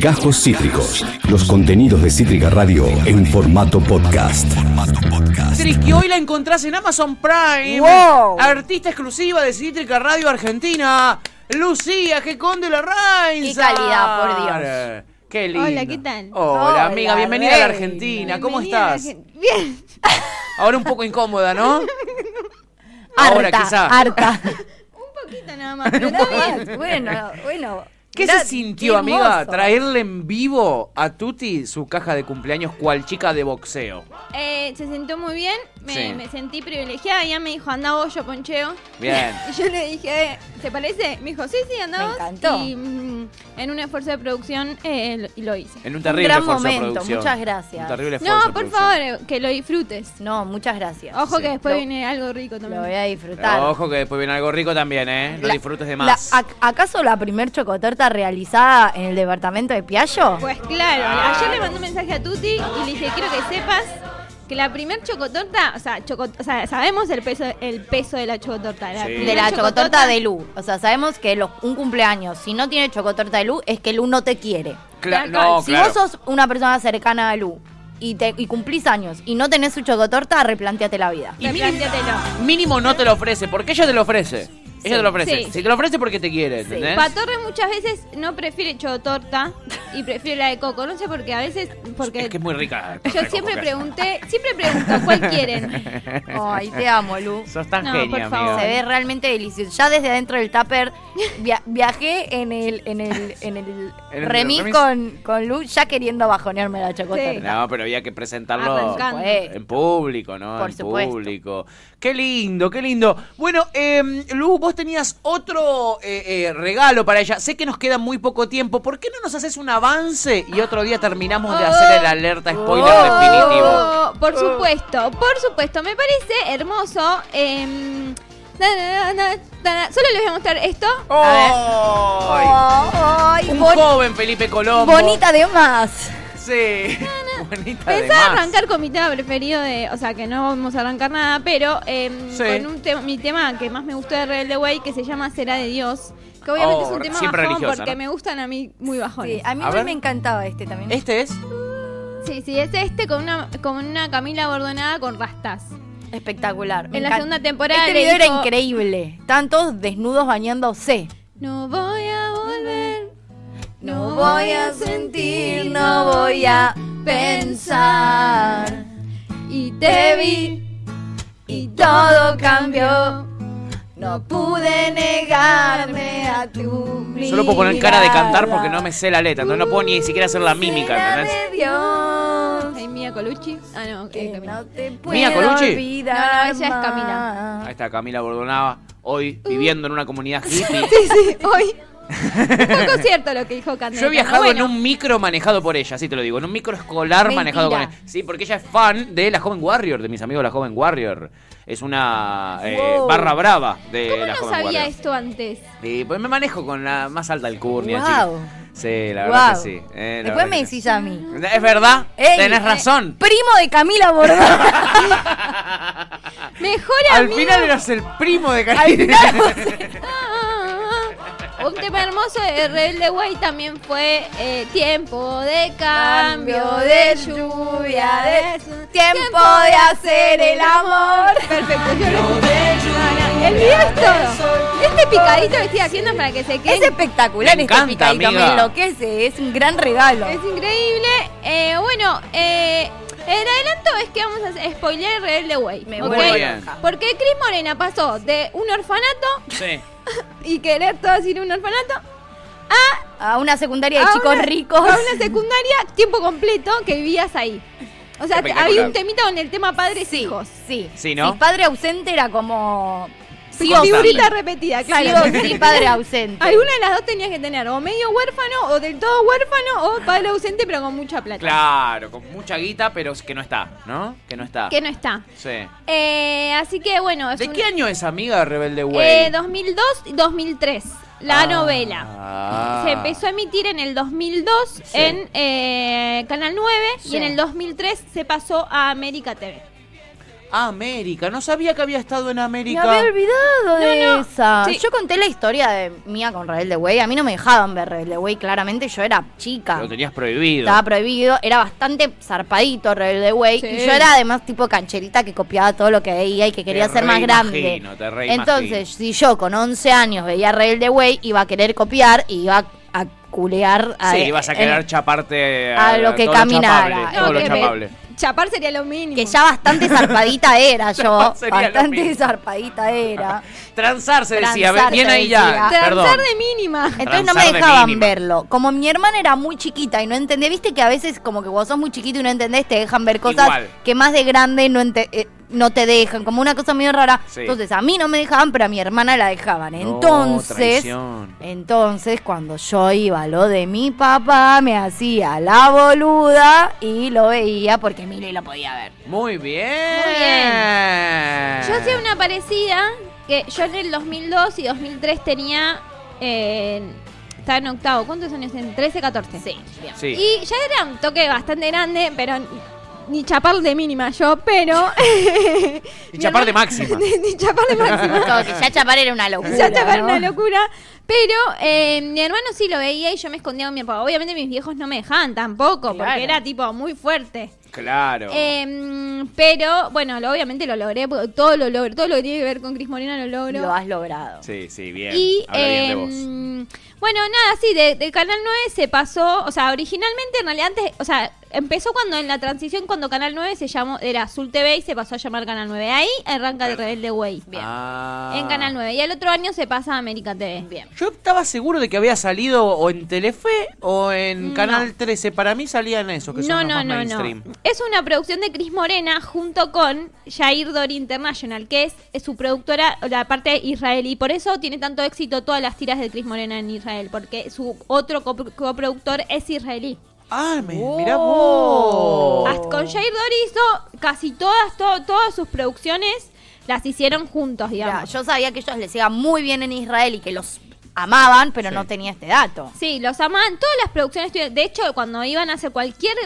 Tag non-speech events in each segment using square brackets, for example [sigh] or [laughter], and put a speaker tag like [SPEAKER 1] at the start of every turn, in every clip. [SPEAKER 1] Gajos Cítricos. Los contenidos de Cítrica Radio en formato podcast.
[SPEAKER 2] Citrix, que hoy la encontrás en Amazon Prime.
[SPEAKER 3] Wow.
[SPEAKER 2] Artista exclusiva de Cítrica Radio Argentina, Lucía G. Conde Larraín.
[SPEAKER 3] Qué calidad, por Dios.
[SPEAKER 2] Qué lindo.
[SPEAKER 4] Hola, ¿qué tal?
[SPEAKER 2] Hola,
[SPEAKER 3] Hola,
[SPEAKER 2] amiga, bienvenida a la
[SPEAKER 3] reina.
[SPEAKER 2] Argentina. Ah, ¿Cómo
[SPEAKER 4] Bienvenida,
[SPEAKER 2] estás?
[SPEAKER 4] gente. Bien.
[SPEAKER 2] Ahora un poco incómoda,
[SPEAKER 4] [laughs]
[SPEAKER 2] ¿no?
[SPEAKER 3] Harta,
[SPEAKER 2] Ahora quizá. [laughs]
[SPEAKER 3] harta.
[SPEAKER 4] Un poquito nada más.
[SPEAKER 3] Pero
[SPEAKER 4] pero
[SPEAKER 3] está
[SPEAKER 4] nada más.
[SPEAKER 3] bien, bueno, bueno.
[SPEAKER 2] ¿Qué
[SPEAKER 3] Mirá,
[SPEAKER 2] se sintió,
[SPEAKER 3] qué
[SPEAKER 2] amiga,
[SPEAKER 3] hermoso.
[SPEAKER 2] traerle en vivo a Tuti su caja de cumpleaños cual chica de boxeo?
[SPEAKER 4] Eh, se sentó muy bien, me,
[SPEAKER 2] Sí.
[SPEAKER 4] me sentí privilegiada. Ella me dijo, anda vos, yo poncheo.
[SPEAKER 2] Bien.
[SPEAKER 4] [laughs] Y yo le dije, eh, ¿te parece? Me dijo, sí, sí, anda
[SPEAKER 3] Me
[SPEAKER 4] vos.
[SPEAKER 3] encantó.
[SPEAKER 4] Y mm, en un esfuerzo de producción eh, lo, y lo hice.
[SPEAKER 2] En un
[SPEAKER 3] Un
[SPEAKER 2] terrible
[SPEAKER 3] gran
[SPEAKER 2] esfuerzo de
[SPEAKER 3] momento,
[SPEAKER 2] producción.
[SPEAKER 3] muchas gracias.
[SPEAKER 2] Un terrible
[SPEAKER 4] No,
[SPEAKER 2] esfuerzo de
[SPEAKER 4] por
[SPEAKER 2] producción.
[SPEAKER 4] favor, eh, que lo disfrutes.
[SPEAKER 3] No, muchas gracias.
[SPEAKER 4] Ojo
[SPEAKER 2] Sí.
[SPEAKER 4] que después
[SPEAKER 3] Lo-
[SPEAKER 4] viene algo rico
[SPEAKER 3] Lo voy
[SPEAKER 4] también.
[SPEAKER 3] a disfrutar.
[SPEAKER 2] Ojo que después viene algo rico también, ¿eh? No
[SPEAKER 3] La-
[SPEAKER 2] disfrutes de
[SPEAKER 3] la-
[SPEAKER 2] más.
[SPEAKER 3] ac- ¿Acaso la primer chocotorta realizada en el departamento de Piallo?
[SPEAKER 4] Pues claro,
[SPEAKER 2] Ah.
[SPEAKER 4] ayer le mandé un mensaje a Tuti y le dije, quiero que sepas que la primer chocotorta, o sea, chocot- o sea, sabemos el peso, el peso de la chocotorta. La
[SPEAKER 2] Sí.
[SPEAKER 4] primer
[SPEAKER 3] De la chocotorta de
[SPEAKER 4] del
[SPEAKER 3] Lu. O sea, sabemos que los- un cumpleaños, si no tiene chocotorta de Lu, es que Lu no te quiere.
[SPEAKER 2] Cla-
[SPEAKER 4] Tal
[SPEAKER 2] no,
[SPEAKER 4] cual.
[SPEAKER 3] Si
[SPEAKER 2] claro.
[SPEAKER 3] vos sos una persona cercana a Lu y, te, y cumplís años y no tenés su chocotorta, replanteate la vida.
[SPEAKER 2] Y mínimo,
[SPEAKER 4] Replantéatelo.
[SPEAKER 2] mínimo no te lo ofrece, porque ella te lo ofrece. Ella te lo ofrece.
[SPEAKER 4] Sí.
[SPEAKER 2] Si te lo ofrece porque te quiere, ¿entendés?
[SPEAKER 4] Patorre muchas veces no prefiere chocotorta y prefiere la de coco. No sé por qué, a veces, porque
[SPEAKER 2] Es que es muy rica.
[SPEAKER 4] yo siempre pregunté, siempre pregunto, ¿cuál
[SPEAKER 2] [laughs]
[SPEAKER 4] quieren?
[SPEAKER 3] Ay, te amo, Lu.
[SPEAKER 2] Sos tan
[SPEAKER 4] No, por
[SPEAKER 2] genia, amiga.
[SPEAKER 4] favor.
[SPEAKER 3] Se ve realmente delicioso. Ya desde adentro del tupper via- viajé en el, en el, en el
[SPEAKER 2] [laughs] En el
[SPEAKER 3] remis
[SPEAKER 2] remis.
[SPEAKER 3] con, con Lu, ya queriendo bajonearme la chocotorta.
[SPEAKER 2] No, pero había que presentarlo
[SPEAKER 4] Arrancando.
[SPEAKER 2] en público, ¿no?
[SPEAKER 3] Por
[SPEAKER 2] en
[SPEAKER 3] supuesto.
[SPEAKER 2] público. Qué lindo, qué lindo. Bueno, eh, Lu, vos tenías otro eh, eh, regalo para ella. Sé que nos queda muy poco tiempo. ¿Por qué no nos haces un avance y otro día terminamos de hacer el alerta spoiler
[SPEAKER 3] Oh.
[SPEAKER 2] definitivo? Oh.
[SPEAKER 4] Por supuesto, por supuesto. Me parece hermoso. em, na, na, na, na, na. Solo les voy a mostrar esto.
[SPEAKER 2] Oh, ¡Ay!
[SPEAKER 3] Ay,
[SPEAKER 2] Un
[SPEAKER 3] Oh. bon-
[SPEAKER 2] joven Felipe Colombo.
[SPEAKER 3] bonita de más.
[SPEAKER 2] Sí. [laughs] Bonita
[SPEAKER 4] Pensaba
[SPEAKER 2] además.
[SPEAKER 4] arrancar con mi tema preferido de. O sea, que no vamos a arrancar nada, pero em,
[SPEAKER 2] Sí.
[SPEAKER 4] con un tema- mi tema que más me gustó de Rebelde Way, que se llama Será de Dios. Que obviamente
[SPEAKER 2] Oh,
[SPEAKER 4] es un tema
[SPEAKER 2] siempre
[SPEAKER 4] bajón
[SPEAKER 2] religiosa,
[SPEAKER 4] porque
[SPEAKER 2] ¿no?
[SPEAKER 4] me gustan a mí muy bajones.
[SPEAKER 3] Sí, a mí
[SPEAKER 2] A
[SPEAKER 3] me-
[SPEAKER 2] ver.
[SPEAKER 3] me encantaba este también.
[SPEAKER 2] Este es.
[SPEAKER 4] ah, Sí, sí, es este con una, con una Camila Bordonada con rastas.
[SPEAKER 3] Espectacular. me
[SPEAKER 4] En la
[SPEAKER 3] encanta.
[SPEAKER 4] segunda temporada
[SPEAKER 3] Este
[SPEAKER 4] le
[SPEAKER 3] video era
[SPEAKER 4] dijo-
[SPEAKER 3] increíble. Están todos desnudos bañándose.
[SPEAKER 4] No voy a volver.
[SPEAKER 3] No voy a sentir, no voy a pensar.
[SPEAKER 4] Y te vi.
[SPEAKER 3] Y todo cambió. No pude negarme a tu
[SPEAKER 2] Solo puedo poner cara de cantar porque no me sé la letra. No, no puedo ni siquiera hacer la mímica,
[SPEAKER 3] mirada.
[SPEAKER 2] ¿entendés?
[SPEAKER 3] Será de Dios
[SPEAKER 4] Ay, Mía Colucci. Ah, no,
[SPEAKER 3] que
[SPEAKER 4] eh, Camila.
[SPEAKER 3] no
[SPEAKER 4] [laughs]
[SPEAKER 3] te
[SPEAKER 2] Mía
[SPEAKER 3] puedo
[SPEAKER 2] Colucci.
[SPEAKER 3] olvidar
[SPEAKER 4] No, no, ella es
[SPEAKER 3] más.
[SPEAKER 4] Camila.
[SPEAKER 3] [laughs]
[SPEAKER 2] Ahí está Camila Bordonaba, hoy viviendo en una comunidad hippie.
[SPEAKER 4] Sí, sí, hoy. Un poco cierto lo que dijo Candela.
[SPEAKER 2] Yo he viajado
[SPEAKER 4] Bueno,
[SPEAKER 2] en un micro manejado por ella, así te lo digo, en un micro escolar
[SPEAKER 3] Mentira.
[SPEAKER 2] manejado con ella. Sí, porque ella es fan de la Joven Warrior, de mis amigos la Joven Warrior. Es una eh,
[SPEAKER 3] Wow.
[SPEAKER 2] barra brava de
[SPEAKER 4] ¿Cómo
[SPEAKER 2] la
[SPEAKER 4] no
[SPEAKER 2] Joven
[SPEAKER 4] sabía
[SPEAKER 2] Warrior.
[SPEAKER 4] esto antes?
[SPEAKER 2] Sí, pues me manejo con la más alta alcurnia,
[SPEAKER 3] Wow.
[SPEAKER 2] chicos. Sí, la verdad
[SPEAKER 3] Wow.
[SPEAKER 2] que sí. eh, la
[SPEAKER 3] Después
[SPEAKER 2] verdad
[SPEAKER 3] me
[SPEAKER 2] que
[SPEAKER 3] decís a mí.
[SPEAKER 2] sí. Es verdad,
[SPEAKER 3] Ey,
[SPEAKER 2] tenés
[SPEAKER 3] eh,
[SPEAKER 2] razón.
[SPEAKER 3] Primo de Camila
[SPEAKER 2] [laughs]
[SPEAKER 3] Bordón.
[SPEAKER 4] Mejor
[SPEAKER 2] Ah, Al
[SPEAKER 4] amigo.
[SPEAKER 2] final eras el primo de
[SPEAKER 3] Al
[SPEAKER 2] Karina. [laughs]
[SPEAKER 3] final vos-
[SPEAKER 4] Ah, ah, ah. Un tema hermoso de Rebelde Way también fue eh, Tiempo de cambio, de lluvia, de
[SPEAKER 3] Tiempo de hacer el amor.
[SPEAKER 4] Perfecto, yo lo El video es todo. Este picadito que estoy haciendo para que se
[SPEAKER 3] Es
[SPEAKER 4] quede.
[SPEAKER 3] espectacular
[SPEAKER 2] Me
[SPEAKER 3] este
[SPEAKER 2] encanta,
[SPEAKER 3] picadito,
[SPEAKER 2] amiga.
[SPEAKER 3] me enloquece, es un gran regalo.
[SPEAKER 4] Es increíble. Eh, bueno, eh, el adelanto es que vamos a spoiler Rebelde Way.
[SPEAKER 3] Me
[SPEAKER 4] ¿ok?
[SPEAKER 2] vuelvo loca.
[SPEAKER 4] Porque Cris Morena pasó de un orfanato
[SPEAKER 2] Sí.
[SPEAKER 4] y querer todos ir a un orfanato
[SPEAKER 3] A una secundaria de
[SPEAKER 4] a
[SPEAKER 3] chicos
[SPEAKER 4] una-
[SPEAKER 3] ricos.
[SPEAKER 4] A una secundaria tiempo completo que vivías ahí. O sea, te-
[SPEAKER 2] Espectacular.
[SPEAKER 4] había un temita con el tema padres
[SPEAKER 3] sí,
[SPEAKER 4] hijos.
[SPEAKER 3] sí.
[SPEAKER 2] Sí, ¿no?
[SPEAKER 3] Si padre ausente era como. Sí o sí.
[SPEAKER 4] Figurita repetida,
[SPEAKER 3] Sí
[SPEAKER 4] claro.
[SPEAKER 3] o [laughs] sí, padre ausente.
[SPEAKER 4] [laughs] Alguna de las dos tenías que tener, o medio huérfano, o del todo huérfano, o padre ausente pero con mucha plata.
[SPEAKER 2] Claro, con mucha guita, pero que no está, ¿no? Que no está.
[SPEAKER 4] Que no está.
[SPEAKER 2] Sí.
[SPEAKER 4] Eh, así que bueno, es
[SPEAKER 2] ¿De
[SPEAKER 4] un-
[SPEAKER 2] qué año es amiga Rebelde Way?
[SPEAKER 4] eh, 2002 y 2003, la
[SPEAKER 2] Ah.
[SPEAKER 4] novela. Se empezó a emitir en el 2002 en eh, Canal 9
[SPEAKER 3] Sí.
[SPEAKER 4] y en el 2003 se pasó a América TV.
[SPEAKER 2] América. No sabía que había estado en
[SPEAKER 3] Me
[SPEAKER 2] América.
[SPEAKER 3] había olvidado de
[SPEAKER 4] No, no.
[SPEAKER 3] esa.
[SPEAKER 4] Sí.
[SPEAKER 3] Yo conté la historia de mía con Rebelde Way. A mí no me dejaban ver Rebelde Way, claramente yo era chica.
[SPEAKER 2] Lo tenías prohibido.
[SPEAKER 3] Estaba prohibido, era bastante zarpadito Rebelde Way.
[SPEAKER 4] Sí.
[SPEAKER 3] Y yo era además tipo cancherita que copiaba todo lo que veía y que quería ser más
[SPEAKER 2] reimagino,
[SPEAKER 3] grande.
[SPEAKER 2] te reimagino.
[SPEAKER 3] Entonces, si yo con 11 años veía Rebelde Way, iba a querer copiar y iba a culear a, Eh,
[SPEAKER 2] Sí, ibas a
[SPEAKER 4] eh,
[SPEAKER 3] en-
[SPEAKER 2] querer chaparte
[SPEAKER 3] a lo que
[SPEAKER 2] todo
[SPEAKER 3] caminara.
[SPEAKER 2] chapable,
[SPEAKER 3] No,
[SPEAKER 2] todo lo
[SPEAKER 4] que me-
[SPEAKER 2] chapable.
[SPEAKER 4] chapar sería lo mínimo.
[SPEAKER 3] que ya bastante
[SPEAKER 2] [laughs]
[SPEAKER 3] zarpadita era yo.
[SPEAKER 2] Sería lo
[SPEAKER 3] bastante
[SPEAKER 2] mismo. [laughs]
[SPEAKER 3] zarpadita era.
[SPEAKER 2] Transar se decía.
[SPEAKER 3] Transar
[SPEAKER 2] Bien
[SPEAKER 3] se
[SPEAKER 2] ahí
[SPEAKER 3] decía.
[SPEAKER 2] ya.
[SPEAKER 4] Transar
[SPEAKER 2] Perdón.
[SPEAKER 4] de mínima.
[SPEAKER 3] Entonces no
[SPEAKER 2] Transar
[SPEAKER 3] me
[SPEAKER 2] de
[SPEAKER 3] dejaban
[SPEAKER 2] mínima.
[SPEAKER 3] verlo. Como mi hermana era muy chiquita y no entendía, viste que a veces como que vos sos muy chiquito y no entendés, te dejan ver cosas
[SPEAKER 2] Igual.
[SPEAKER 3] que más de grande no, ente- eh, no te dejan, como una cosa medio rara.
[SPEAKER 2] Sí.
[SPEAKER 3] Entonces a mí no me dejaban, pero a mi hermana la dejaban.
[SPEAKER 2] No,
[SPEAKER 3] Entonces,
[SPEAKER 2] traición.
[SPEAKER 3] entonces cuando yo iba a lo de mi papá, me hacía la boluda y lo veía porque Mili lo podía ver.
[SPEAKER 2] Muy bien.
[SPEAKER 4] Muy Yo hacía una parecida que yo en el 2002 y 2003 tenía. eh, estaba en octavo. ¿Cuántos años? En 13, 14. Sí.
[SPEAKER 2] Sí.
[SPEAKER 4] Y ya era un toque bastante grande, pero ni- ni chapar de mínima yo, pero. [laughs]
[SPEAKER 2] Y chapar de máxima.
[SPEAKER 4] ni, [laughs] ni chapar
[SPEAKER 2] [laughs]
[SPEAKER 4] de máxima.
[SPEAKER 3] Como que ya chapar era una locura.
[SPEAKER 4] Ya chapar
[SPEAKER 3] ¿no?
[SPEAKER 4] una locura. Pero eh, mi hermano sí lo veía y yo me escondía con mi papá. Obviamente mis viejos no me dejaban tampoco,
[SPEAKER 3] Claro.
[SPEAKER 4] porque era tipo muy fuerte.
[SPEAKER 2] Claro.
[SPEAKER 4] Eh, pero bueno, lo- obviamente lo logré, porque todo lo logro, todo lo que tiene que ver con Cris Morena lo logro.
[SPEAKER 3] Lo has logrado.
[SPEAKER 2] sí, sí, bien.
[SPEAKER 4] Y
[SPEAKER 2] Habla bien de
[SPEAKER 4] eh,
[SPEAKER 2] vos.
[SPEAKER 4] bueno, nada, sí, de- del Canal 9 se pasó, o sea, originalmente en realidad antes, o sea, empezó cuando en la transición cuando Canal 9 se llamó, era Azul TV y se pasó a llamar Canal 9. Ahí arranca de Rebelde Way.
[SPEAKER 2] Ah.
[SPEAKER 4] En Canal 9. Y al otro año se pasa a América TV.
[SPEAKER 3] Bien.
[SPEAKER 2] Yo estaba seguro de que había salido o en Telefe o en Canal 13. Para mí salían esos que
[SPEAKER 4] No,
[SPEAKER 2] son los
[SPEAKER 4] no,
[SPEAKER 2] más
[SPEAKER 4] no, Oh.
[SPEAKER 2] mainstream.
[SPEAKER 4] no. Es una producción de Cris Morena junto con Jair Dori International, que es, es su productora, la parte israelí. Por eso tiene tanto éxito todas las tiras de Cris Morena en Israel, porque su otro copro- coproductor es israelí.
[SPEAKER 2] Ah, me-
[SPEAKER 3] Oh.
[SPEAKER 2] mirá vos.
[SPEAKER 4] Hasta Con Jair Dori hizo casi todas, to- todas sus producciones las hicieron juntos,
[SPEAKER 3] Mira,
[SPEAKER 4] digamos.
[SPEAKER 3] yo sabía que ellos les iba muy bien en Israel y que los amaban, pero no tenía este dato.
[SPEAKER 4] Sí, los amaban. Todas las producciones. tuvieron- De hecho, cuando iban a hacer cualquier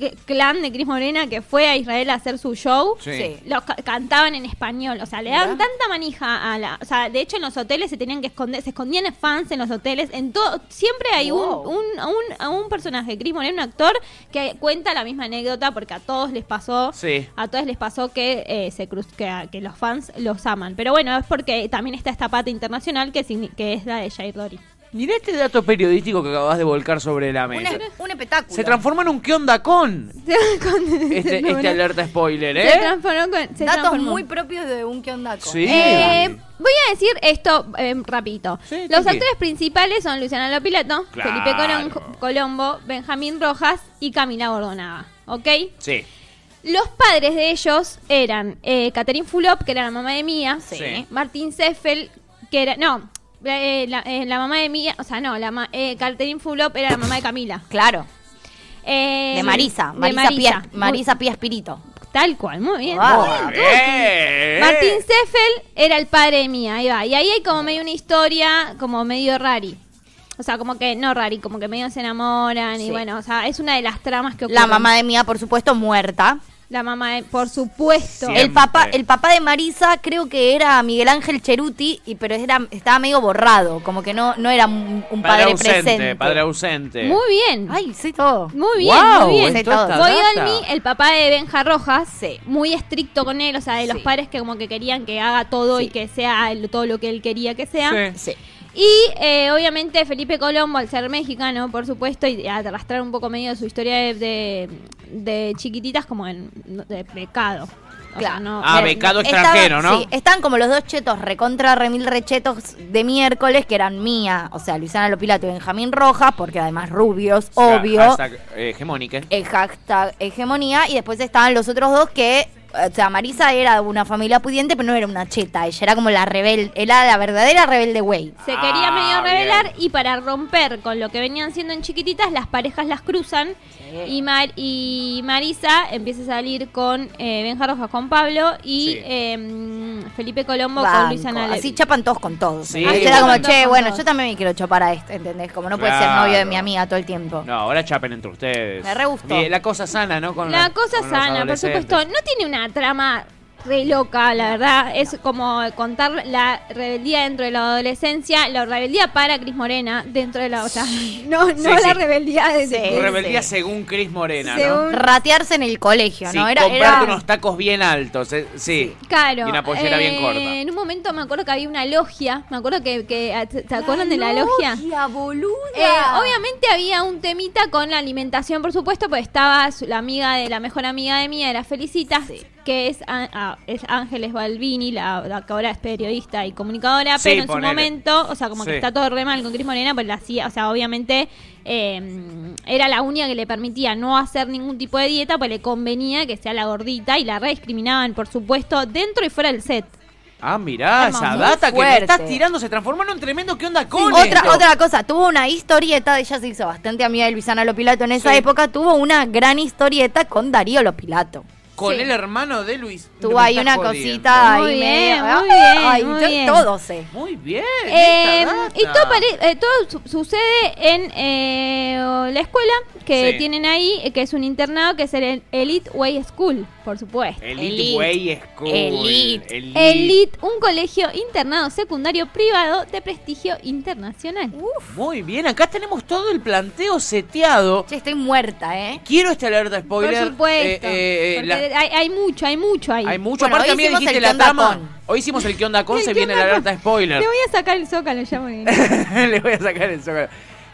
[SPEAKER 4] eh, clan de Cris Morena que fue a Israel a hacer su show,
[SPEAKER 2] Sí.
[SPEAKER 3] Sí.
[SPEAKER 4] los ca- cantaban en español, o sea, le daban
[SPEAKER 3] Mirá.
[SPEAKER 4] tanta manija a la, o sea, de hecho en los hoteles se tenían que esconder, se escondían en fans en los hoteles, en todo, siempre hay
[SPEAKER 3] Wow.
[SPEAKER 4] un, un, un, un personaje, Cris Moreno, un actor que cuenta la misma anécdota porque a todos les pasó,
[SPEAKER 2] Sí.
[SPEAKER 4] a todos les pasó que eh, se cruz, que, a- que los fans los aman, pero bueno, es porque también está esta pata internacional que, signi- que es la de Jair Dori.
[SPEAKER 2] Mirá este dato periodístico que acabas de volcar sobre la
[SPEAKER 3] Un,
[SPEAKER 2] mesa.
[SPEAKER 3] es- un espectáculo.
[SPEAKER 2] Se transforma en un ¿Qué onda con?
[SPEAKER 4] [laughs]
[SPEAKER 2] Este,
[SPEAKER 4] No,
[SPEAKER 2] este
[SPEAKER 4] no.
[SPEAKER 2] alerta spoiler,
[SPEAKER 4] Se
[SPEAKER 2] ¿eh?
[SPEAKER 4] transformó con- se
[SPEAKER 3] Datos
[SPEAKER 4] transformó.
[SPEAKER 3] muy propios de un que onda con.
[SPEAKER 2] Sí.
[SPEAKER 4] Eh, voy a decir esto eh, rapidito.
[SPEAKER 2] Sí,
[SPEAKER 4] Los
[SPEAKER 2] tranqui.
[SPEAKER 4] actores principales son Luciana Lopilato,
[SPEAKER 2] Claro.
[SPEAKER 4] Felipe Coron- Colombo, Benjamín Rojas y Camila Bordonava. ¿Ok?
[SPEAKER 2] Sí.
[SPEAKER 4] Los padres de ellos eran eh, Catherine Fulop, que era la mamá de Mía, eh,
[SPEAKER 3] Sí.
[SPEAKER 2] Sí.
[SPEAKER 4] Martín Seffel, que era. No, eh, la, eh, la mamá de Mía, o sea, no, la ma- eh, Catherine Fulop era la mamá de Camila.
[SPEAKER 3] Claro.
[SPEAKER 4] Eh,
[SPEAKER 3] De Marisa.
[SPEAKER 4] de
[SPEAKER 3] Marisa,
[SPEAKER 4] Marisa.
[SPEAKER 3] Pía, Marisa Pía Espirito.
[SPEAKER 4] Tal cual, muy bien.
[SPEAKER 3] Ah,
[SPEAKER 4] Muy bien, todo
[SPEAKER 2] Bien.
[SPEAKER 4] Martín Seffel era el padre de Mía, ahí va. Y ahí hay como medio una historia, como medio rari. O sea, como que, no rari, como que medio se enamoran y
[SPEAKER 3] Sí.
[SPEAKER 4] bueno, o sea, es una de las tramas que ocurren.
[SPEAKER 3] La mamá de Mía, por supuesto, muerta.
[SPEAKER 4] La mamá de- por supuesto.
[SPEAKER 2] Sí.
[SPEAKER 3] El papá,
[SPEAKER 2] Siempre.
[SPEAKER 3] el papá de Marisa creo que era Miguel Ángel Cheruti, y, pero era, estaba medio borrado, como que no, no era un, un
[SPEAKER 2] Padre
[SPEAKER 3] padre,
[SPEAKER 2] ausente,
[SPEAKER 3] presente.
[SPEAKER 2] padre ausente.
[SPEAKER 4] Muy bien.
[SPEAKER 3] Ay, sí, todo.
[SPEAKER 4] Muy bien,
[SPEAKER 2] Guau,
[SPEAKER 4] muy bien.
[SPEAKER 3] esto está
[SPEAKER 4] Boyolmi, el papá de Benja Rojas,
[SPEAKER 3] Sí.
[SPEAKER 4] muy estricto con él, o sea, de los
[SPEAKER 3] Sí.
[SPEAKER 4] padres que como que querían que haga todo y
[SPEAKER 3] Sí.
[SPEAKER 4] que sea el- todo lo que él quería que sea.
[SPEAKER 2] Sí.
[SPEAKER 3] Sí.
[SPEAKER 4] Y eh, obviamente Felipe Colombo, al ser mexicano, por supuesto, y a arrastrar un poco medio su historia de, de- de chiquititas como en, de pecado.
[SPEAKER 3] Claro.
[SPEAKER 2] Ah, becado extranjero,
[SPEAKER 3] Estaban-
[SPEAKER 2] ¿no?
[SPEAKER 3] Sí, están como los dos chetos recontra remil rechetos de miércoles que eran mía, o sea, Luisana Lopilato y Benjamín Rojas, porque además rubios,
[SPEAKER 2] Ca-
[SPEAKER 3] obvio,
[SPEAKER 2] hashtag, eh, hegemónica.
[SPEAKER 3] el hashtag hegemonía, y después estaban los otros dos que, o sea, Marisa era de una familia pudiente, pero no era una cheta, ella era como la rebelde, era la verdadera rebelde güey.
[SPEAKER 4] Se quería
[SPEAKER 2] Ah,
[SPEAKER 4] medio
[SPEAKER 2] bien.
[SPEAKER 4] revelar y para romper con lo que venían siendo en chiquititas, las parejas las cruzan y, Mar- y Marisa empieza a salir con eh, Benja Rojas con Pablo y
[SPEAKER 2] Sí.
[SPEAKER 4] eh, Felipe Colombo
[SPEAKER 3] Banco.
[SPEAKER 4] con Luisana Levy.
[SPEAKER 3] Así chapan todos con todos.
[SPEAKER 2] Sí.
[SPEAKER 3] Antes
[SPEAKER 2] Chapan
[SPEAKER 3] era como,
[SPEAKER 4] todos
[SPEAKER 3] che,
[SPEAKER 4] con
[SPEAKER 3] bueno,
[SPEAKER 4] todos".
[SPEAKER 3] yo también me quiero chopar a esto, ¿entendés? Como no puede
[SPEAKER 2] Claro.
[SPEAKER 3] ser novio de mi amiga todo el tiempo.
[SPEAKER 2] No, ahora chapen entre ustedes.
[SPEAKER 3] Me re gustó.
[SPEAKER 2] Bien, la cosa sana, ¿no? Con
[SPEAKER 4] La
[SPEAKER 2] los-
[SPEAKER 4] cosa
[SPEAKER 2] con los
[SPEAKER 4] sana, por
[SPEAKER 2] adolescentes.
[SPEAKER 4] supuesto, no tiene una trama re loca, la verdad. Es como contar la rebeldía dentro de la adolescencia, la rebeldía para Cris Morena dentro de la. O sea, [laughs] no, no
[SPEAKER 2] Sí, sí.
[SPEAKER 4] la rebeldía de.
[SPEAKER 3] Sí.
[SPEAKER 2] Rebeldía según Cris Morena, ¿no?
[SPEAKER 4] Según-
[SPEAKER 3] Ratearse en el colegio,
[SPEAKER 2] Sí,
[SPEAKER 3] ¿no? Era,
[SPEAKER 2] comprarte
[SPEAKER 3] era-
[SPEAKER 2] unos tacos bien altos, eh, sí.
[SPEAKER 4] Claro.
[SPEAKER 2] Y una pollera bien
[SPEAKER 4] eh,
[SPEAKER 2] corta.
[SPEAKER 4] En un momento me acuerdo que había una logia. Me acuerdo que. que ¿Te te acuerdan de la logia?
[SPEAKER 3] boluda.
[SPEAKER 4] Eh, obviamente había un temita con la alimentación, por supuesto, pues estaba su- la amiga de la mejor amiga de mía, era Felicitas, que es, Á- ah, es Ángeles Balbini, la, la que ahora es periodista y comunicadora,
[SPEAKER 2] Sí,
[SPEAKER 4] pero en
[SPEAKER 2] ponele.
[SPEAKER 4] su momento, o sea, como
[SPEAKER 2] Sí.
[SPEAKER 4] que está todo re mal con Cris Morena, pues la hacía, o sea, obviamente eh, era la única que le permitía no hacer ningún tipo de dieta, pues le convenía que sea la gordita y la re discriminaban, por supuesto, dentro y fuera del set.
[SPEAKER 2] Ah, mirá,
[SPEAKER 4] Hermoso.
[SPEAKER 2] esa
[SPEAKER 4] Muy
[SPEAKER 2] data que me
[SPEAKER 3] fuerte.
[SPEAKER 2] estás tirando se transformó en un tremendo ¿qué onda con
[SPEAKER 3] Otra,
[SPEAKER 2] esto?
[SPEAKER 3] otra cosa, tuvo una historieta, ella se hizo bastante amiga de Luisana Lopilato en esa
[SPEAKER 2] Sí.
[SPEAKER 3] época, tuvo una gran historieta con Darío Lopilato.
[SPEAKER 2] Con
[SPEAKER 4] Sí.
[SPEAKER 2] el hermano de Luis.
[SPEAKER 3] Tuvo
[SPEAKER 2] Me
[SPEAKER 3] ahí
[SPEAKER 2] estás
[SPEAKER 3] una
[SPEAKER 2] jodiendo.
[SPEAKER 3] cosita
[SPEAKER 4] Muy
[SPEAKER 3] ahí
[SPEAKER 4] bien,
[SPEAKER 3] medio- ah,
[SPEAKER 4] muy bien,
[SPEAKER 3] Ay,
[SPEAKER 4] muy
[SPEAKER 3] yo
[SPEAKER 4] bien.
[SPEAKER 3] todo sé.
[SPEAKER 2] Muy bien.
[SPEAKER 4] Eh,
[SPEAKER 2] esta
[SPEAKER 4] y
[SPEAKER 2] data.
[SPEAKER 4] todo, pare- eh, todo su- sucede en eh, la escuela que
[SPEAKER 2] Sí.
[SPEAKER 4] tienen ahí, eh, que es un internado, que es el Elite Way School, por supuesto.
[SPEAKER 2] Elite
[SPEAKER 3] Elite.
[SPEAKER 2] Way School.
[SPEAKER 3] Elite.
[SPEAKER 4] Elite, un colegio internado secundario privado de prestigio internacional.
[SPEAKER 2] Muy bien, acá tenemos todo el planteo seteado.
[SPEAKER 3] Che, estoy muerta, ¿eh?
[SPEAKER 2] Quiero esta alerta
[SPEAKER 4] por
[SPEAKER 2] spoiler.
[SPEAKER 4] supuesto.
[SPEAKER 2] eh, eh, eh,
[SPEAKER 4] porque
[SPEAKER 2] la-
[SPEAKER 4] hay, hay mucho, hay mucho ahí.
[SPEAKER 2] hay mucho.
[SPEAKER 3] Bueno,
[SPEAKER 2] Aparte,
[SPEAKER 3] hoy
[SPEAKER 2] a mí me
[SPEAKER 3] hicimos
[SPEAKER 2] dijiste
[SPEAKER 3] el
[SPEAKER 2] la
[SPEAKER 3] qué onda
[SPEAKER 2] trama.
[SPEAKER 3] con.
[SPEAKER 2] Hoy hicimos el que onda con,
[SPEAKER 4] [laughs] El
[SPEAKER 2] se
[SPEAKER 4] que
[SPEAKER 2] viene la
[SPEAKER 4] onda con-
[SPEAKER 2] alerta spoiler.
[SPEAKER 4] Te voy a sacar el zócalo
[SPEAKER 2] [laughs]
[SPEAKER 4] ya, porque-
[SPEAKER 2] Le voy a sacar el zócalo.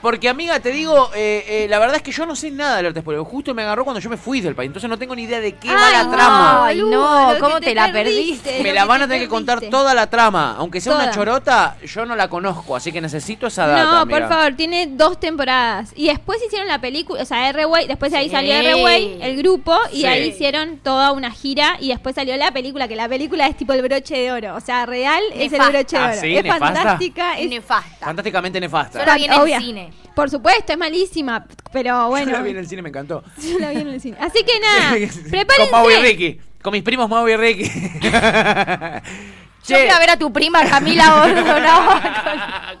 [SPEAKER 2] Porque, amiga, te digo, eh, eh, la verdad es que yo no sé nada de alerta spoiler. Justo me agarró cuando yo me fui del país. Entonces no tengo ni idea de qué va la
[SPEAKER 4] Ay,
[SPEAKER 2] trama.
[SPEAKER 3] Ay,
[SPEAKER 4] boludo,
[SPEAKER 3] no,
[SPEAKER 4] lo que
[SPEAKER 3] ¿cómo te la perdiste?
[SPEAKER 2] Me
[SPEAKER 4] lo
[SPEAKER 2] la van a
[SPEAKER 4] te
[SPEAKER 2] tener que contar
[SPEAKER 4] perdiste.
[SPEAKER 2] toda la trama. Aunque sea una
[SPEAKER 4] Toda.
[SPEAKER 2] chorota, yo no la conozco. Así que necesito esa data.
[SPEAKER 4] No,
[SPEAKER 2] amiga.
[SPEAKER 4] por favor, tiene dos temporadas. Y después hicieron la película, o sea, R-Way, después de ahí
[SPEAKER 3] Sí.
[SPEAKER 4] salió R-Way, el grupo, y
[SPEAKER 2] Sí.
[SPEAKER 4] ahí hicieron toda una gira y después salió la película, que la película es tipo el broche de oro. O sea, real es el
[SPEAKER 3] Nefasta.
[SPEAKER 4] broche de
[SPEAKER 2] Ah,
[SPEAKER 4] oro.
[SPEAKER 2] sí,
[SPEAKER 4] es
[SPEAKER 2] nefasta.
[SPEAKER 4] fantástica. Ah, Es
[SPEAKER 3] Nefasta.
[SPEAKER 2] Fantásticamente nefasta.
[SPEAKER 3] Yo la vi en el
[SPEAKER 4] Obvia.
[SPEAKER 3] cine.
[SPEAKER 4] Por supuesto, es malísima, pero bueno.
[SPEAKER 2] [laughs] Yo la vi en el cine, me encantó.
[SPEAKER 4] [laughs] yo la vi en el cine. Así que nada,
[SPEAKER 2] [laughs] Con Mau y
[SPEAKER 4] prepárense.
[SPEAKER 2] Ricky. Con mis primos Mau y Ricky. [laughs]
[SPEAKER 3] Yo fui a ver a tu prima Camila [laughs] Bordonova.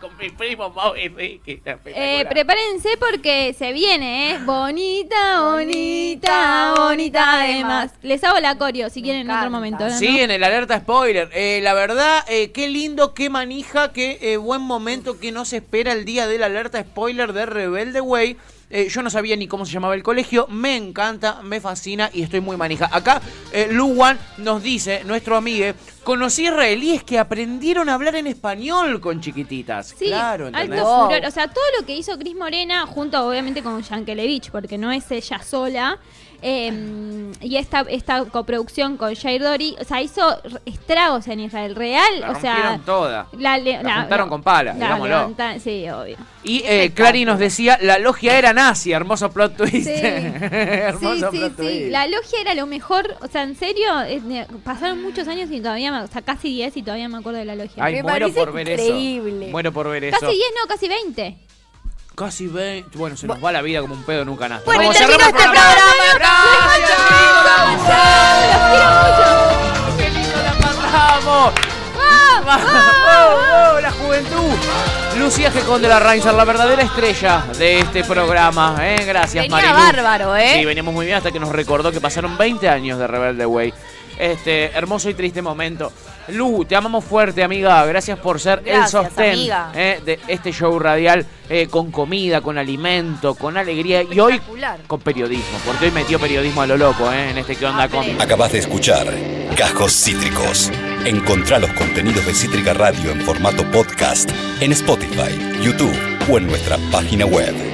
[SPEAKER 4] [laughs]
[SPEAKER 2] Con mis primos Mau y Ricky.
[SPEAKER 4] Eh,
[SPEAKER 2] Espectacular.
[SPEAKER 4] prepárense porque se viene, ¿eh?
[SPEAKER 3] Ah.
[SPEAKER 4] Bonita, bonita, bonita además. Les hago la coreo si quieren en otro
[SPEAKER 3] encanta.
[SPEAKER 4] momento. ¿no?
[SPEAKER 2] Sí, en el alerta spoiler. Eh, la verdad, eh, qué lindo, qué manija, qué eh, buen momento que nos espera el día del alerta spoiler de Rebelde Way. Eh, yo no sabía ni cómo se llamaba el colegio. Me encanta, me fascina y estoy muy manija. Acá eh, Luwan nos dice, nuestro amigo, conocí israelíes que aprendieron a hablar en español con chiquititas.
[SPEAKER 4] Sí,
[SPEAKER 2] claro, ¿entendés?
[SPEAKER 4] alto
[SPEAKER 3] Wow.
[SPEAKER 4] furor. O sea, todo lo que hizo Cris Morena, junto obviamente con Yankelevich, porque no es ella sola, eh, y esta, esta coproducción con Jair Dori, o sea, hizo r- estragos en Israel real.
[SPEAKER 2] La
[SPEAKER 4] o sea,
[SPEAKER 2] rompieron toda.
[SPEAKER 4] le-
[SPEAKER 2] La juntaron con pala, digámoslo.
[SPEAKER 4] levanta- sí, obvio.
[SPEAKER 2] Y eh, Clary nos decía, la logia era nazi, hermoso plot twist. [laughs]
[SPEAKER 4] Sí. Sí,
[SPEAKER 2] [laughs] hermoso
[SPEAKER 4] sí,
[SPEAKER 2] plot twist.
[SPEAKER 4] sí. La logia era lo mejor. O sea, en serio, es- ne- pasaron muchos años y todavía, me- o sea, casi 10 y todavía me acuerdo de la logia.
[SPEAKER 2] Ay,
[SPEAKER 3] Me
[SPEAKER 2] muero
[SPEAKER 3] parece
[SPEAKER 2] por ver eso.
[SPEAKER 3] increíble.
[SPEAKER 2] Muero por ver
[SPEAKER 4] casi
[SPEAKER 2] eso.
[SPEAKER 4] 10, no, casi [laughs] 20.
[SPEAKER 2] Casi 20. Bueno, se nos va la vida como un pedo en un canasto.
[SPEAKER 3] Bueno,
[SPEAKER 2] Vamos,
[SPEAKER 3] terminó
[SPEAKER 2] cerramos el
[SPEAKER 3] este programa.
[SPEAKER 2] Gracias, chicos. Qué lindo la pasamos. ¡Wow, wow, La juventud. Lucía Gecón de la Reinser, la verdadera estrella de este programa. ¿eh? Gracias,
[SPEAKER 3] Venía
[SPEAKER 2] Marilu.
[SPEAKER 3] bárbaro, ¿eh?
[SPEAKER 2] Sí, veníamos muy bien hasta que nos recordó que pasaron 20 años de Rebelde Way. Este hermoso y triste momento. Lu, te amamos fuerte, amiga. Gracias por ser
[SPEAKER 3] Gracias,
[SPEAKER 2] el sostén
[SPEAKER 3] amiga.
[SPEAKER 2] eh, de este show radial eh, con comida, con alimento, con alegría y hoy
[SPEAKER 3] Espectacular.
[SPEAKER 2] con periodismo, porque hoy metió periodismo a lo loco eh, en este que onda con.
[SPEAKER 1] Acabas de escuchar Cajos Cítricos. Encontrá los contenidos de Cítrica Radio en formato podcast en Spotify, YouTube o en nuestra página web.